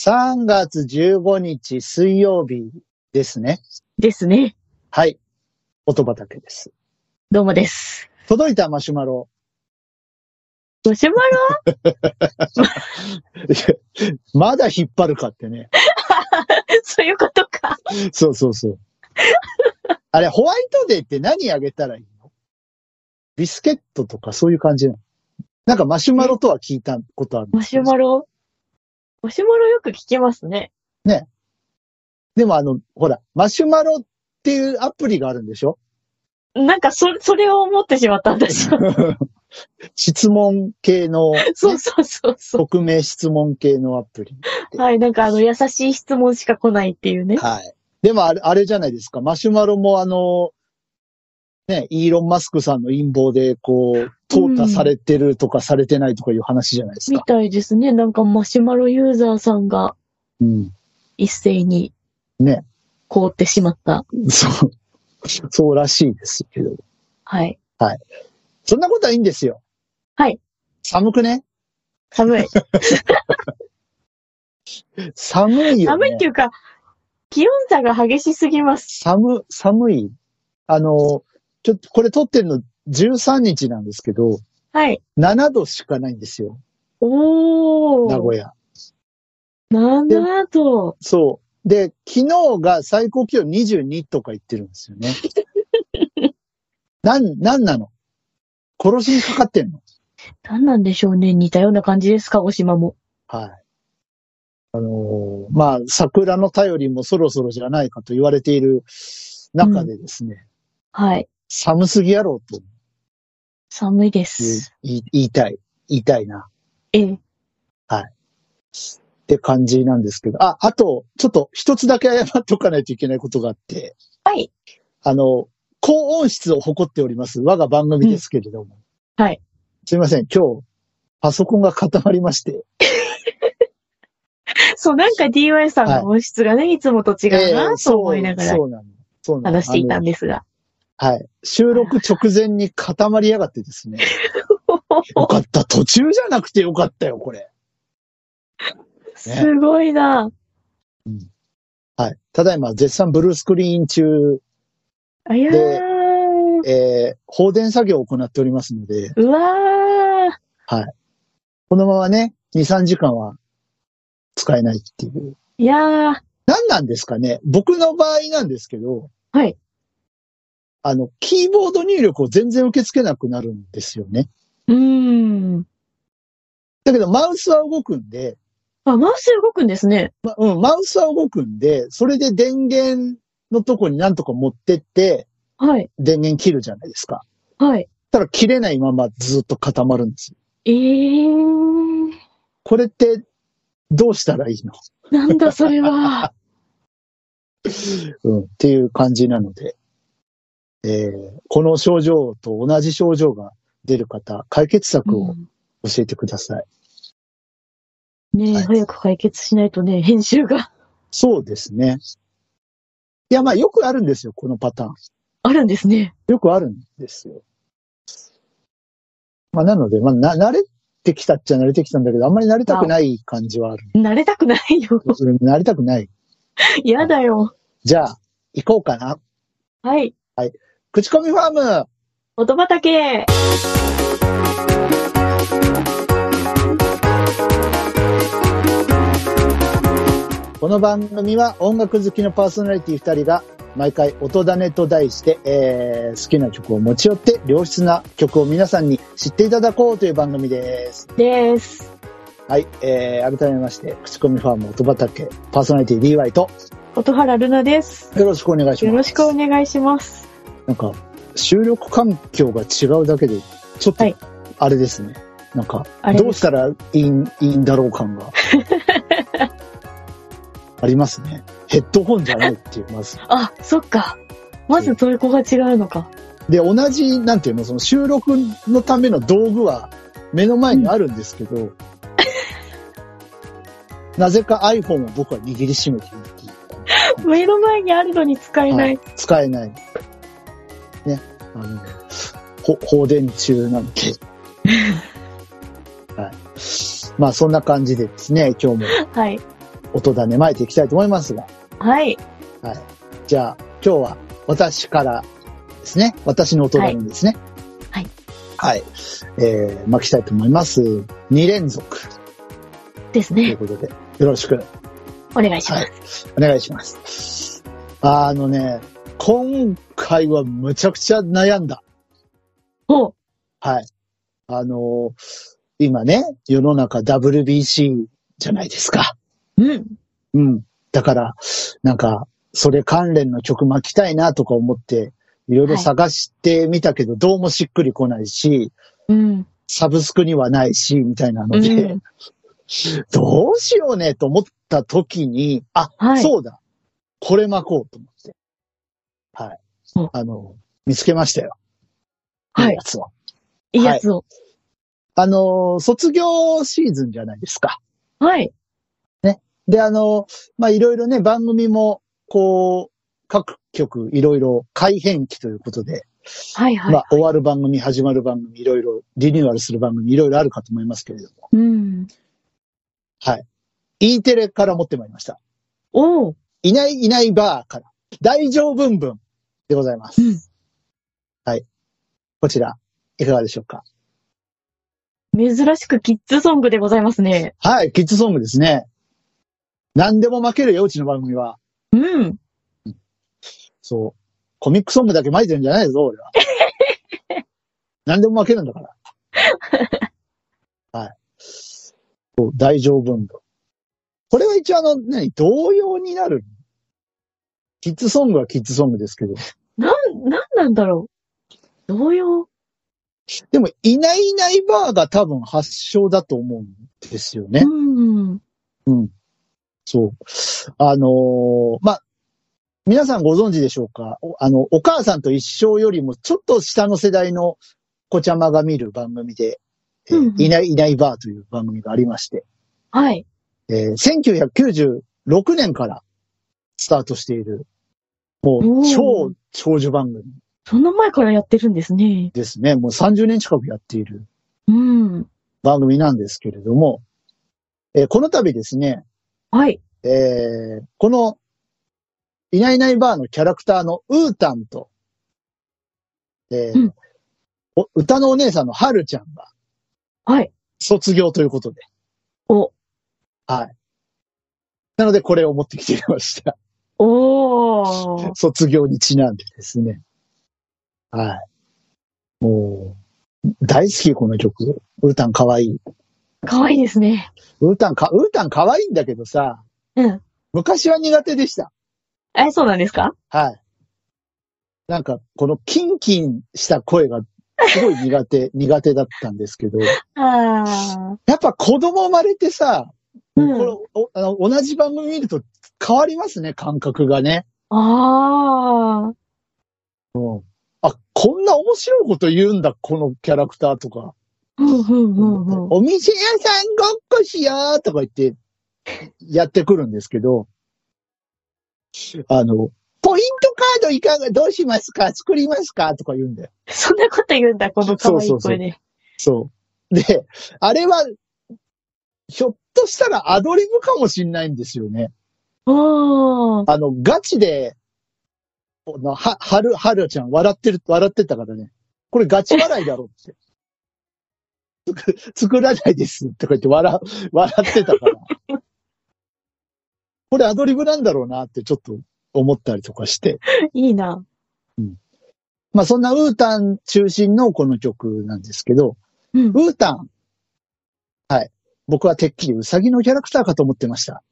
3月15日水曜日ですね。ですね。はい。音畑です。どうもです。届いたマシュマロ。マシュマロ まだ引っ張るかってね。そういうことか。そうそうそう。あれ、ホワイトデーって何あげたらいいのビスケットとかそういう感じなのなんかマシュマロとは聞いたことある。マシュマロマシュマロよく聞きますね。でもあの、ほら、マシュマロっていうアプリがあるんで しょなんか、そ、それを思ってしまった、私は。質問系の、そうそうそうそ匿名質問系のアプリ。う。 はい、なんかあの、優しい質問しか来ないっていうね。はい。でもあれ、あれじゃないですか。マシュマロもあの、ね、イーロン・マスクさんの陰謀で、こう、淘汰されてるとかされてないとかいう話じゃないですみか。たいですね。なんかマシュマロユーザーさんがうん。一斉に。ね。凍ってしまった。 そう。そうらしいですけど。はい。そんなことはいいんですよ。はい。寒くね寒い。寒いよ、ね。寒いっていうか、気温差が激しすぎます。寒、寒い。あの、ちょっとこれ撮ってるの13日なんですけど、はい。 7度しかないんですよ。おー。名古屋。 7度。そう。で、昨日が最高気温22とか言ってるんですよね。なん、なんなの殺しにかかってんの何なんでしょうね。似たような感じです、鹿児島も。はい。あのーまあ、桜の便りもそろそろじゃないかと言われている中でですね、はい。寒すぎやろうと寒いでいうす。言い言いたい、言いたいなええ。って感じなんですけど、あ、あと、ちょっと一つだけ謝っておかないといけないことがあって、はい。あの、高音質を誇っております。我が番組ですけれども。うんはい。すいません。今日、パソコンが固まりまして。そう、なんか DY さんの音質がね、い、つもと違うえなーそと思いながらそうなの。そうなの。話していたんですが。あのはい。収録直前に固まりやがってです ね。よかった。途中じゃなくてよかったよ、これ。すごいな。はい。ただいま、絶賛ブルースクリーン中、あやー。えー、放電作業を行っておりますので、うわー。このままね、2、3時間は使えないっていう。いやー。何なんですかね僕の場合なんですけど。はい。あの、キーボード入力を全然受け付けなくなるんですよね。うーん。だけど、マウスは動くんで、あ、マウス動くんですね。ま、うん、マウスは動くんで、それで電源のとこになんとか持ってって、はい。電源切るじゃないですか。はい。ただ、切れないままずっと固まるんですよ。えー。これって、どうしたらいいのなんだそ れは。うん、っていう感じなので、えーこの症状と同じ症状が出る方、解決策をうん教えてください。ねえ、はい早く解決しないとね、編集がそうですね。いや、まあ、よくあるんですよ、このパターン。あるんですね。よくあるんですよ。まあ、なので、まあ、な、慣れてきたっちゃ慣れてきたんだけど、あんまり慣れたくない感じはある。慣れたくないよ。うん慣れたくない。嫌だよ。じゃあ、行こうかな。はい。口コミファーム音畑この番組は音楽好きのパーソナリティ2人が毎回音種と題して、えー好きな曲を持ち寄って良質な曲を皆さんに知っていただこうという番組です。です。はい、えー、改めまして、口コミファーム音畑パーソナリティ DY と音原ルナです。よろしくお願いします。よろしくお願いします。なんか、収録環境が違うだけで、ちょっとはい、あれですね。なんかあ、れどうしたらいいんいいんだろう感 が。ありますね。ヘッドホンじゃないっていう、まず。あ、そっか。まずそういう子が違うのか。で、同じ、なんていうの、その収録のための道具は目の前にあるんですけど、なぜか iPhone を僕は握りしめているっていう目の前にあるのに使えない。使えない。ね。あの、ほ放電中なん で。はい。まあ、そんな感じでですね、今日もはい。音種まいていきたいと思いますが、はい。じゃあ今日は私からですね、私の音種ですね。はい。はい。えー、巻きたいと思います。2連続ですというね。ことで、よろしくお願いします。お願いします。あのね、今回はむちゃくちゃ悩んだ。おうはい。あのー今ね、世の中 WBC じゃないですか。うん。うん。だから、なんか、それ関連の曲巻きたいなとか思って、いろいろはい探してみたけど、どうもしっくりこないし、うん。サブスクにはないし、みたいなうので、ん。どうしようねと思った時に、あ、はいそうだ。これ巻こうと思って。はいお。あの、見つけましたよ。はいや。つを。いいやつを。あのー、卒業シーズンじゃないですか。はい。で、あの、まあ、いろいろね、番組も、こう、各局いろいろ改編期ということで、はいはい。まあ、終わる番組、始まる番組、いろいろ、リニューアルする番組、いろいろあるかと思いますけれども、うん。 E テレから持ってまいりました。おう。いないいないバーから、大丈夫んぶんでございます。うんはい。こちら、いかがでしょうか。珍しくキッズソングでございますね。はい、キッズソングですね。何でも負けるよ、うちの番組は。うん。そう。コミックソングだけ巻いてるんじゃないぞ、俺は。何でも負けるんだから。はい。そう、大丈夫運動。これは一応あの、何、同様になる。キッズソングはキッズソングですけど。なん、なんなんだろう。同様。でも、いないいないバーが多分発祥だと思うんですよねう。ん。うん。そう。あのーまあ、皆さんご存知でしょうかおあの、お母さんと一緒よりもちょっと下の世代の子ちゃまが見る番組で、えーうんうんいないいないバーという番組がありまして、はい。えー1996年からスタートしている、もおうー超長寿番組その前からやってるんですね。ですね。もう30年近くやっているうん。番組なんですけれども、えーこの度ですね、はい。えーこの、いないいないバーのキャラクターのウータンと、えーうんお歌のお姉さんのハルちゃんがはい。卒業ということで。お。はい。なので、これを持ってきてみました。おー。卒業にちなんでですね。はい。もう、大好き、この曲。ウータンかわいい。かわいいですね。ウータンか、ウータンかわいいんだけどさ、うん。昔は苦手でした。え、そうなんですかはい。なんか、このキンキンした声が、すごい苦手、 苦手だったんですけど、やあっぱ子供生まれてさ、うんこれおあの同じ番組見ると変わりますね、感覚がね。あ。ああ。うん。あ、こんな面白いこと言うんだ、このキャラクターとか。うんうんうんうん。お店屋さんごっこしようとか言って、やってくるんですけど、あの、ポイントカードいかが、どうしますか作りますかとか言うんだよそんなこと言うんだ、このかわいい声で。そう。で、あれは、ひょっとしたらアドリブかもしんないんですよね。おー。あの、ガチで、このは、はる、はるちゃん笑ってる、笑ってたからね。これガチ笑いだろうって。作作らないですってこうやって笑う、笑ってたから。これアドリブなんだろうなってちょっと思ったりとかして。いいな。まあそんなウータン中心のこの曲なんですけど、うん。ウータン。はい。僕はてっきりウサギのキャラクターかと思ってました。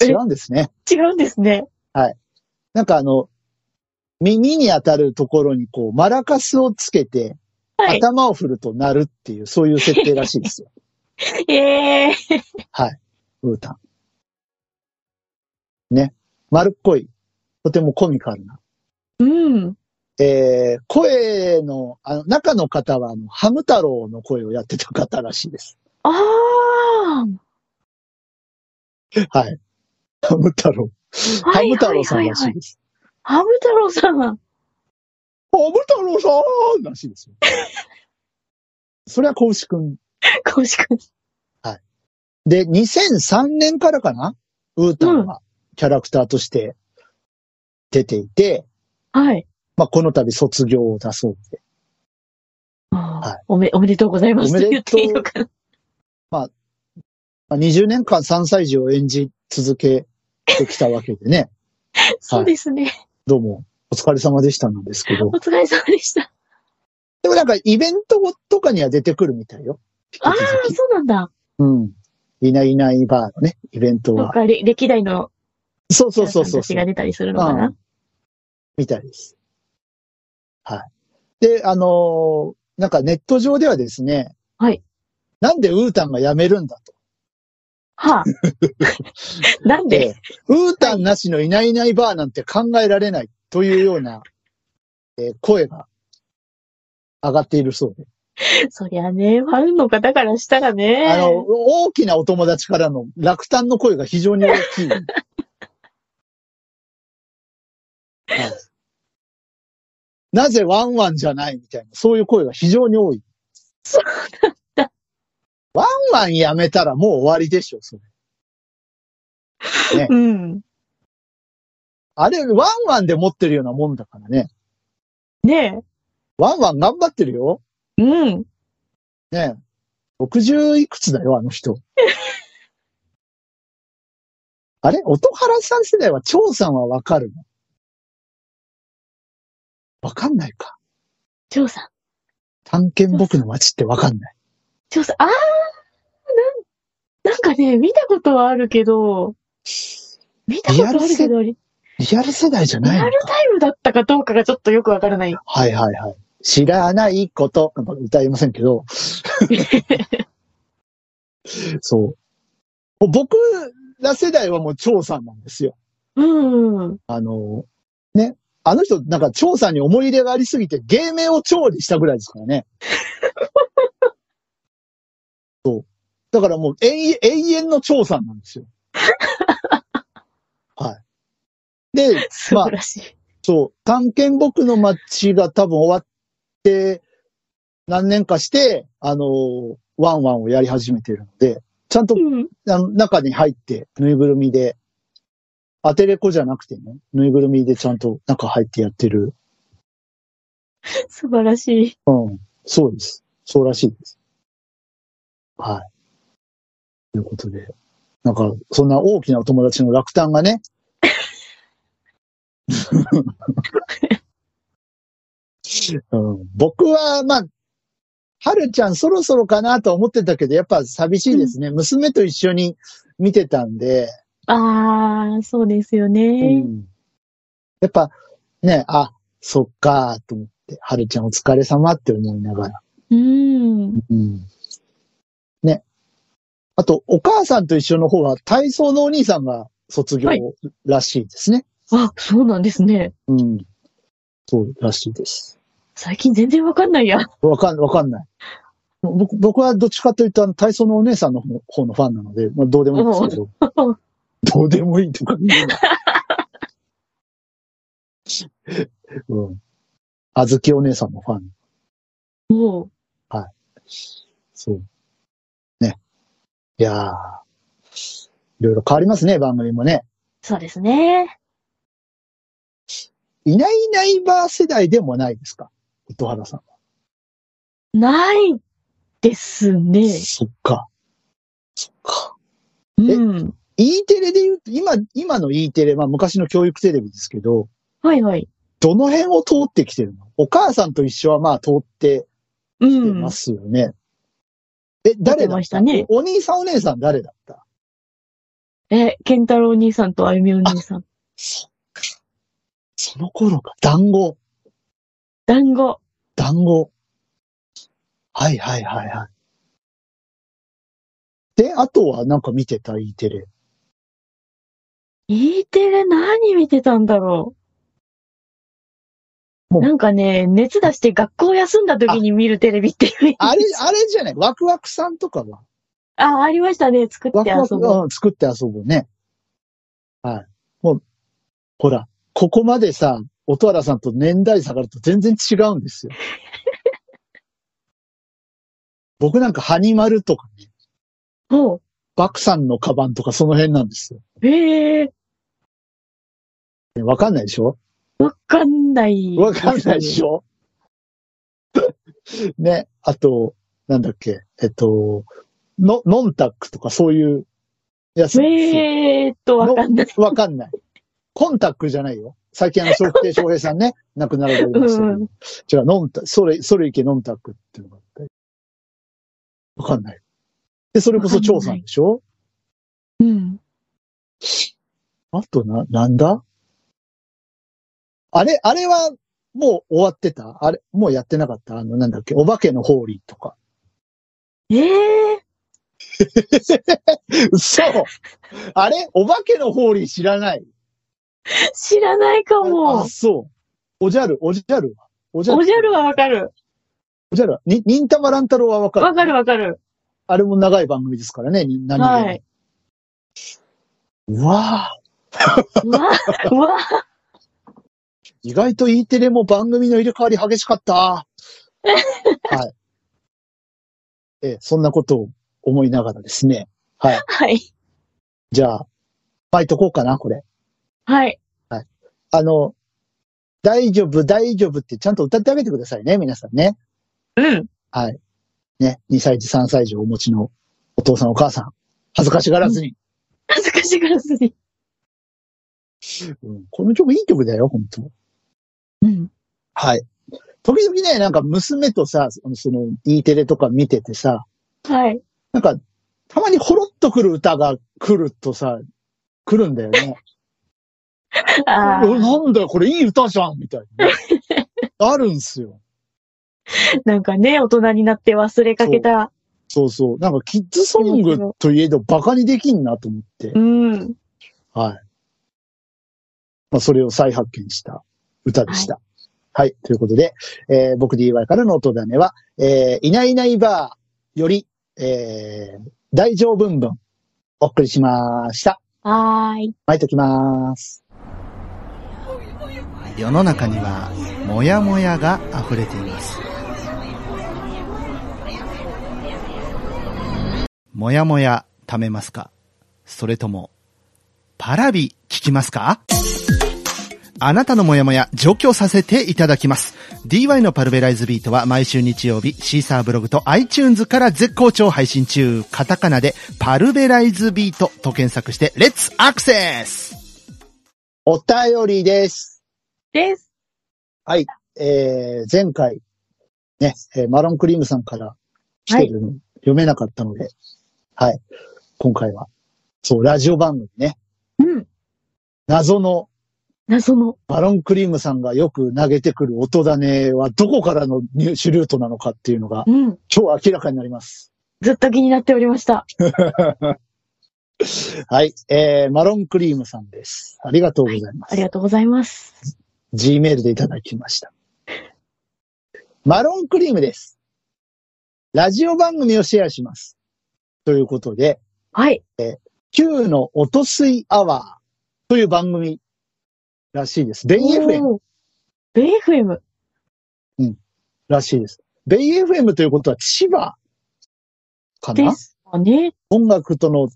え違うんですね。違うんですね。なんかあの、耳に当たるところにこう、マラカスをつけて、はい頭を振ると鳴るっていう、そういう設定らしい ですよ。ええウータン。ね。丸っこい。とてもコミカルな。うん。えー、声の、あの、中の方は、あの、ハム太郎の声をやってた方らしいです。ああ。はい。ハム太郎。ハム太郎さんらしいです。ハム太郎さん。ハム太郎さんらしいですよ。それは子牛くん。こうしくん。で、2003年からかなウータンがキャラクターとして出ていて、はい。まあ、この度卒業だそうで。あーはいおめ、おめでとうございます。おめでとう言っていいのかな。まあ、20年間3歳児を演じ続けてきたわけでね、そうですね。どうもお疲れ様でしたなんですけどお。疲れ様でした。でもなんかイベントとかには出てくるみたいよ。ああ引き続、きそうなんだ。うん。いないいないバーのね、イベントなんは。か、れ歴代のそうそう皆さそんうそうたそちうが。出たりするのかう。なんみたいです。はい。で、あのーなんかネット上ではですね。はい。なんでウータンが辞めるんだと。 はあ。なんでで、ウータンなしのいないいないバーなんて考えられないというような、えー声が上がっているそうで。そりゃね、ファンの方からしたらね。あの、大きなお友達からの落胆の声が非常に大 きい。はいなぜワンワンじゃないみたいな、そういう声が非常に多い。そうなんだ。ワンワンやめたらもう終わりでしょ、それ。うん。あれ、ワンワンで持ってるようなもんだからね。ねワンワン頑張ってるよ。え。うん。ねえ。60いくつだよ、あの 人。あれ音原さん世代は、張さんはわかるのわかんないか。調査。探検僕の街ってわかんない。調査。ああ、なん、なんかね、見たことはあるけど、見たことあるけど、リリアル世代じゃないアのルか。タイムだったかどうかがちょっとよくわからない。はいはいはい。知らないこと、なんか歌いませんけど。 そう。もう僕ら世代はもう張さんなんですよ。うん。あの、ね、あの人、なんか、張さんに思い入れがありすぎて、芸名を調理したぐらいですからね。 そう。だからもう、永遠、永遠の張さんなんですよ。 はい。で、素晴らしい。そう、探検僕の街が多分終わって、何年かして、あの、ワンワンをやり始めてるので、ちゃんとうん。あの中に入って、ぬいぐるみで、アテレコじゃなくてね、ぬいぐるみでちゃんと中入ってやってる。素晴らしい。うん。そうです。そうらしいです。はい。ということで、なんか、そんな大きなお友達の落胆がね、 うん、僕は、まあ、はるちゃんそろそろかなと思ってたけど、やっぱ寂しいですね。娘と一緒に見てたんで、ああ、そうですようね。んやっぱね、あ、そっかーと思って、はるちゃんお疲れ様って思いながら。うん。うんね。あと、お母さんと一緒の方は体操のお兄さんが卒業はいらしいですね。あ、そうなんですね。うん。そうらしいです。最近全然わかんないや。わかん、わかんない。僕、僕はどっちかというと、あの体操のお姉さんの方方のファンなので、まあ、どうでもいいんですけど。どうでもいいとか言 うな。うん。あずきお姉さんのファン。もう、そう。ね。いやー。いろいろ変わりますね、番組もね。そうですね。いないいないばー世代でもないですか糸原さん。ないですね。そっか。そっか。うん。 E テレで言うと、今、今の E テレ、まあ昔の教育テレビですけど、はいはい。どの辺を通ってきてるのお母さんと一緒はまあ通ってうきてんま。すよね。え、誰出てだまっしたた、ねおお兄さんお姉さん誰だったえ、ケンタロウ兄さんとあゆみお兄さん。そっか。その頃か。団子。団子。団子。はいはいはいはい。で、あとはなんか見てた E テレ。 E テレ何見てたんだろもうう。なんかね、熱出して学校休んだ時に見るテレビっていう。あれ、あれじゃないワクワクさんとかは。あ、ありましたね。作っワクてワ遊クぶ。うん作って遊ぶね。はい。もう、ほら、ここまでさ、音原さんと年代下がると全然違うんですよ。 僕なんかハニマルとかね、もバクさんのカバンとかその辺なんですよ。ええねわかんないでしょわかんない。わかんないでしょ ね、あと、なんだっけ、えっと、の、ノンタックとかそういうやつなんですよえーっと、わかんない。わかんない。コンタックじゃないよ。最近あの、笑福亭笑平さんね、 亡くなられましたけど。うん違う、ノンタ、それ、それいけノンタックっていうのがあって。わかんない。で、それこそ張さんでしょうん。あとな、なんだあれ、あれは、もう終わってたあれ、もうやってなかったあの、なんだっけお化けのホーリーとか。ええ嘘あれお化けのホーリー知らない知らないかあ、も。そう。おじゃる、おじゃるは。おじゃる。おじゃるはわかる。おじゃるは。に、忍たま乱太郎はわかる。わかるわかる。あれも長い番組ですからね、に何気にはい。うわぁ、うわ、うわ、意外と E テレも番組の入れ替わり激しかった。はい。えー、そんなことを思いながらですね。はい。はい。じゃあ、巻いとこうかな、これ。はい。あの、大丈夫、大丈夫ってちゃんと歌ってあげてくださいね、皆さんね。うん。ね、2歳児、3歳児をお持ちのお父さん、お母さん、恥ずかしがらずに。恥ずかしがらずに。うんこの曲いい曲だよ、本当うん。はい。時々ね、なんか娘とさ、そのその E テレとか見ててさ、はい。なんか、たまにほろっとくる歌が来るとさ、来るんだよね。あおあ、なんだよ、これいい歌じゃんみたいな。あるんすよ。なんかね、大人になって忘れかけた。そうそう。なんかキッズソングといえどバカにできんなと思ってう。ん。はい。まあ、それを再発見した歌でした。はい。ということで、えー僕 DY からの音種は、えーいないいないばーより、えー大丈夫分お送りしました。はーい。巻いときます。世の中にはモヤモヤが溢れていますモヤモヤ貯めますかそれともパラビ聞きますかあなたのモヤモヤ除去させていただきます。DY のパルベライズビートは毎週日曜日、シーサーブログと iTunes から絶好調配信中。カタカナでパルベライズビートと検索して、レッツアクセスお便りです。です。えー前回、ね、えーマロンクリームさんから来てるの、読めなかったので、はい。今回は、そう、ラジオ番組ね、うん。謎の謎の。マロンクリームさんがよく投げてくる音種はどこからの入手ルートなのかっていうのがうん。今日明らかになります。ずっと気になっておりました。はい。えー、マロンクリームさんです。ありがとうございまあす。りがとうございます。 Gmail でいただきました。マロンクリームです。ラジオ番組をシェアします。ということで、はい。 Q の音水アワーという番組らしいです。ベイ FM おー。ベイ FM。らしいです。ベイ FM ということは千葉かなですかね。音楽との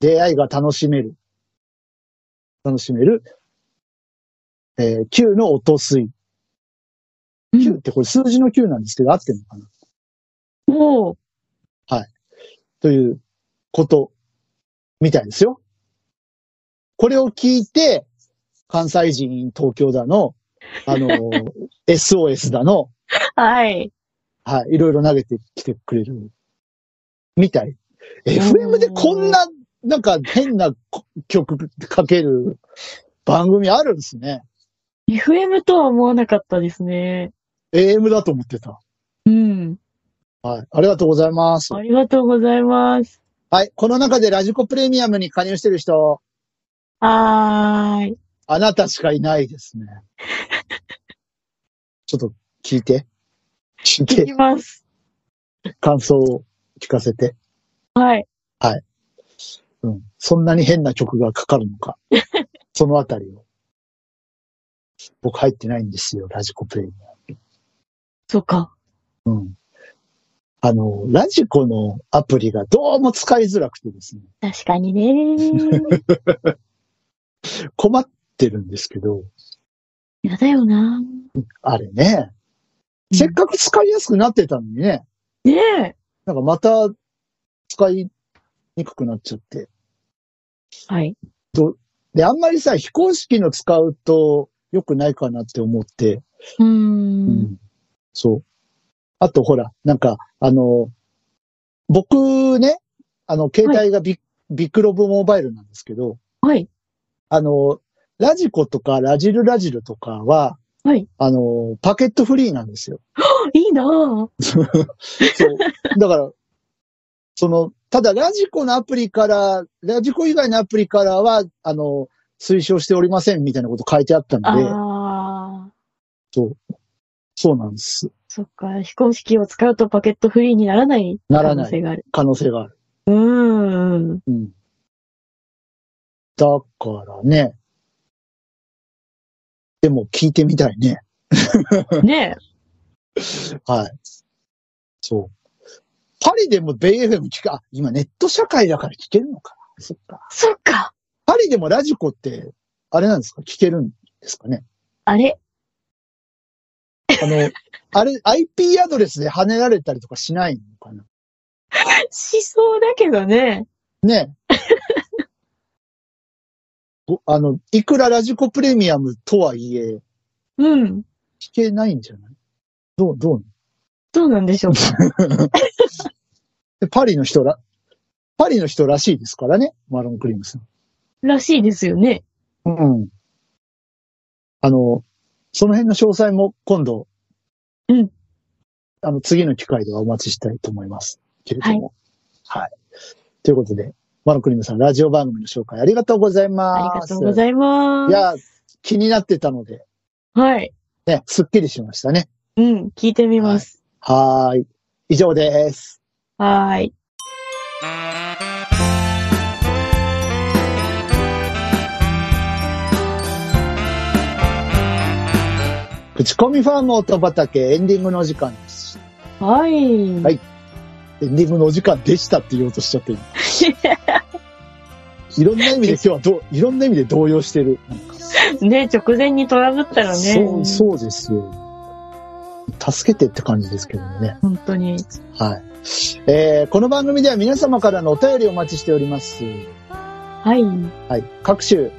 出会いが楽しめる。楽しめる。えー、9の音水。う9んってこれ数字の9なんですけど、合ってるのかなおーということ、みたいですよ。これを聞いて、関西人、東京だの、あの ー、SOS だの、はい。はい、いろいろ投げてきてくれる。みたい。FM でこんな、なんか変なこ曲かける番組あるんですね。 FM とは思わなかったですね。 AM だと思ってた。うん。はい。ありがとうございます。ありがとうございます。はい。この中でラジコプレミアムに加入してる人、はーい。あなたしかいないですね。ちょっと聞いて。聞い聞きて、ます。感想を聞かせて。はい。うん。そんなに変な曲がかかるのか。そのあたりを。僕入ってないんですよ、ラジコプレイに。そうか。うん。あの、ラジコのアプリがどうも使いづらくてですね、確かに ね。困ってるんですけど、やだよな。あれね、せっかく使いやすくなってたのにね、ねえ。なんかまた使いにくくなっちゃって。はい。で、あんまりさ、非公式の使うと良くないかなって思って、うーん。そう。あとほら、なんか、あの、僕ね、あの、携帯がビ,、ビクロブモバイルなんですけど、はい。あの、ラジコとかラジルラジルとかは、はいあの、パケットフリーなんですよ。あいいなぁ。 そう。だから、その、ただラジコのアプリから、ラジコ以外のアプリからは、あの、推奨しておりませんみたいなこと書いてあったので、ああ。そうなんです。そっか。非公式を使うとパケットフリーにならないな可ら能ない性がある。可能性がある。うーん。うん。だからね。でも聞いてみたいね。ねはい。そう。パリでもベイ FM 聞く、あ、今ネット社会だから聞けるのかな。そっかえ。。 そっか。パリでもラジコって、あれなんですか聞けるんですかねあれあの、あれ、IP アドレスで跳ねられたりとかしないのかなしそうだけどね。ね えごあの、いくらラジコプレミアムとはいえ、うん。聞けないんじゃないどう、どうどうなんでしょう か。でパリの人ら、パリの人らしいですからね、マロン・クリームさん。らしいですよね。うん。あの、その辺の詳細も今度、うん。あの、次の機会ではお待ちしたいと思います。けれども。はい。ということで、マロン・クリームさん、ラジオ番組の紹介ありがとうございあます。りがとうございまいす。や、気になってたので、はい。ね、すっきりしましたね。うん。聞いてみます。はーい。以上です。はーい。口コミファーム音畑エンディングのお時間です。はい。はいエンディングのお時間でしたって言おうとしちゃってる。 いろんな意味で今日はどう、いろんな意味で動揺してる。なんかね直前にトラブったらね。そう、そうですよ。助けてって感じですけどもね。本当に。はい。えー、この番組では皆様からのお便りをお待ちしております。はい。はい。各種、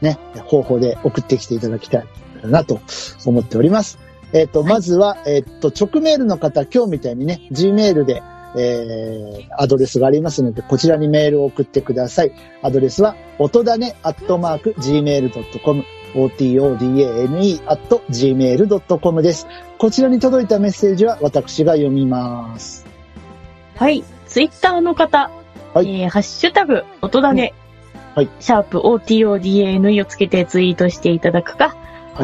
ね、方法で送ってきていただきたいなと思っております。えっ、と、まずは、えっ、と、直メールの方、今日みたいにね、Gmail で、えー、アドレスがありますので、こちらにメールを送ってください。アドレスは、音だね、アットマーク、gmail.com、otodane、アット、gmail.com です。こちらに届いたメッセージは、私が読みます。はい。ツイッターの方。はいえーハッシュタグ、音だね。はい。シャープ OTODANE をつけてツイートしていただくか、はい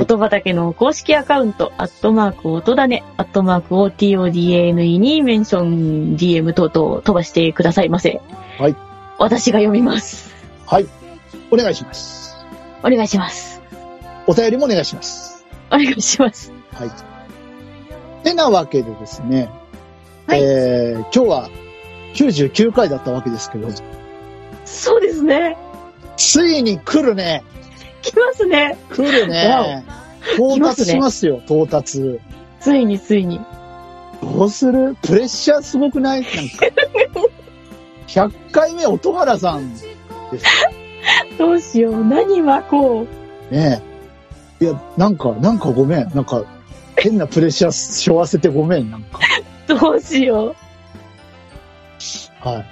音畑の公式アカウント、アットマーク音だね、アットマーク OTODANE にメンション、DM 等々飛ばしてくださいませ。はい。私が読みます。はい。お願いします。お願いします。お便りもお願いします。お願いします。はい。てなわけでですね、はいえー今日は99回だったわけですけど、そうですね。ついに来るね来ますね。来るね到来ま達すねしますよ、到達。ついについに。どうするプレッシャーすごくないなんか。100回目、音原さんですどうしよう。何はこう。ね。いや、なんか、なんかごめん。なんか、変なプレッシャーしょわせてごめん。なんか。どうしよう。は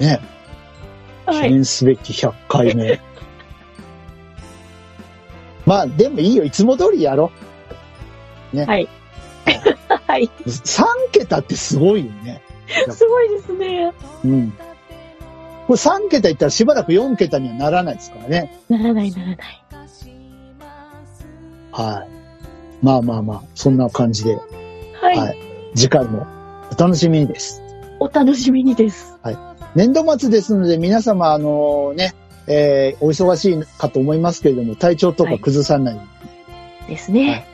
い。ね。は記い。念すべき100回目。まあ、でもいいよ。いつも通りやろはい。う。3桁ってすごいよね。すごいですね。うん。これ3桁いったらしばらく4桁にはならないですからね。ならないならない。はい。まあまあまあ、そんな感じで、はい。はい次回もお楽しみにです。お楽しみにです。年度末ですので、皆様、あのね、えーお忙しいかと思いますけれども、体調とか崩さないようにですね。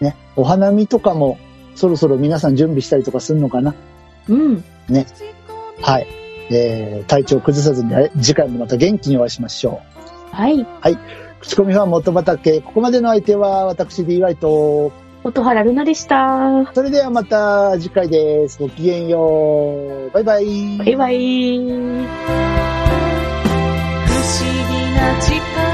ね、お花見とかもそろそろ皆さん準備したりとかするのかな。うん。はい。えー、体調崩さずに、え次回もまた元気にお会いしましょはい。う。口コミファン元畑、ここまでの相手は私 DY と、音原ルナでした。それではまた次回です。ごきげんよう。バイバイ。バイバイ。不思議な力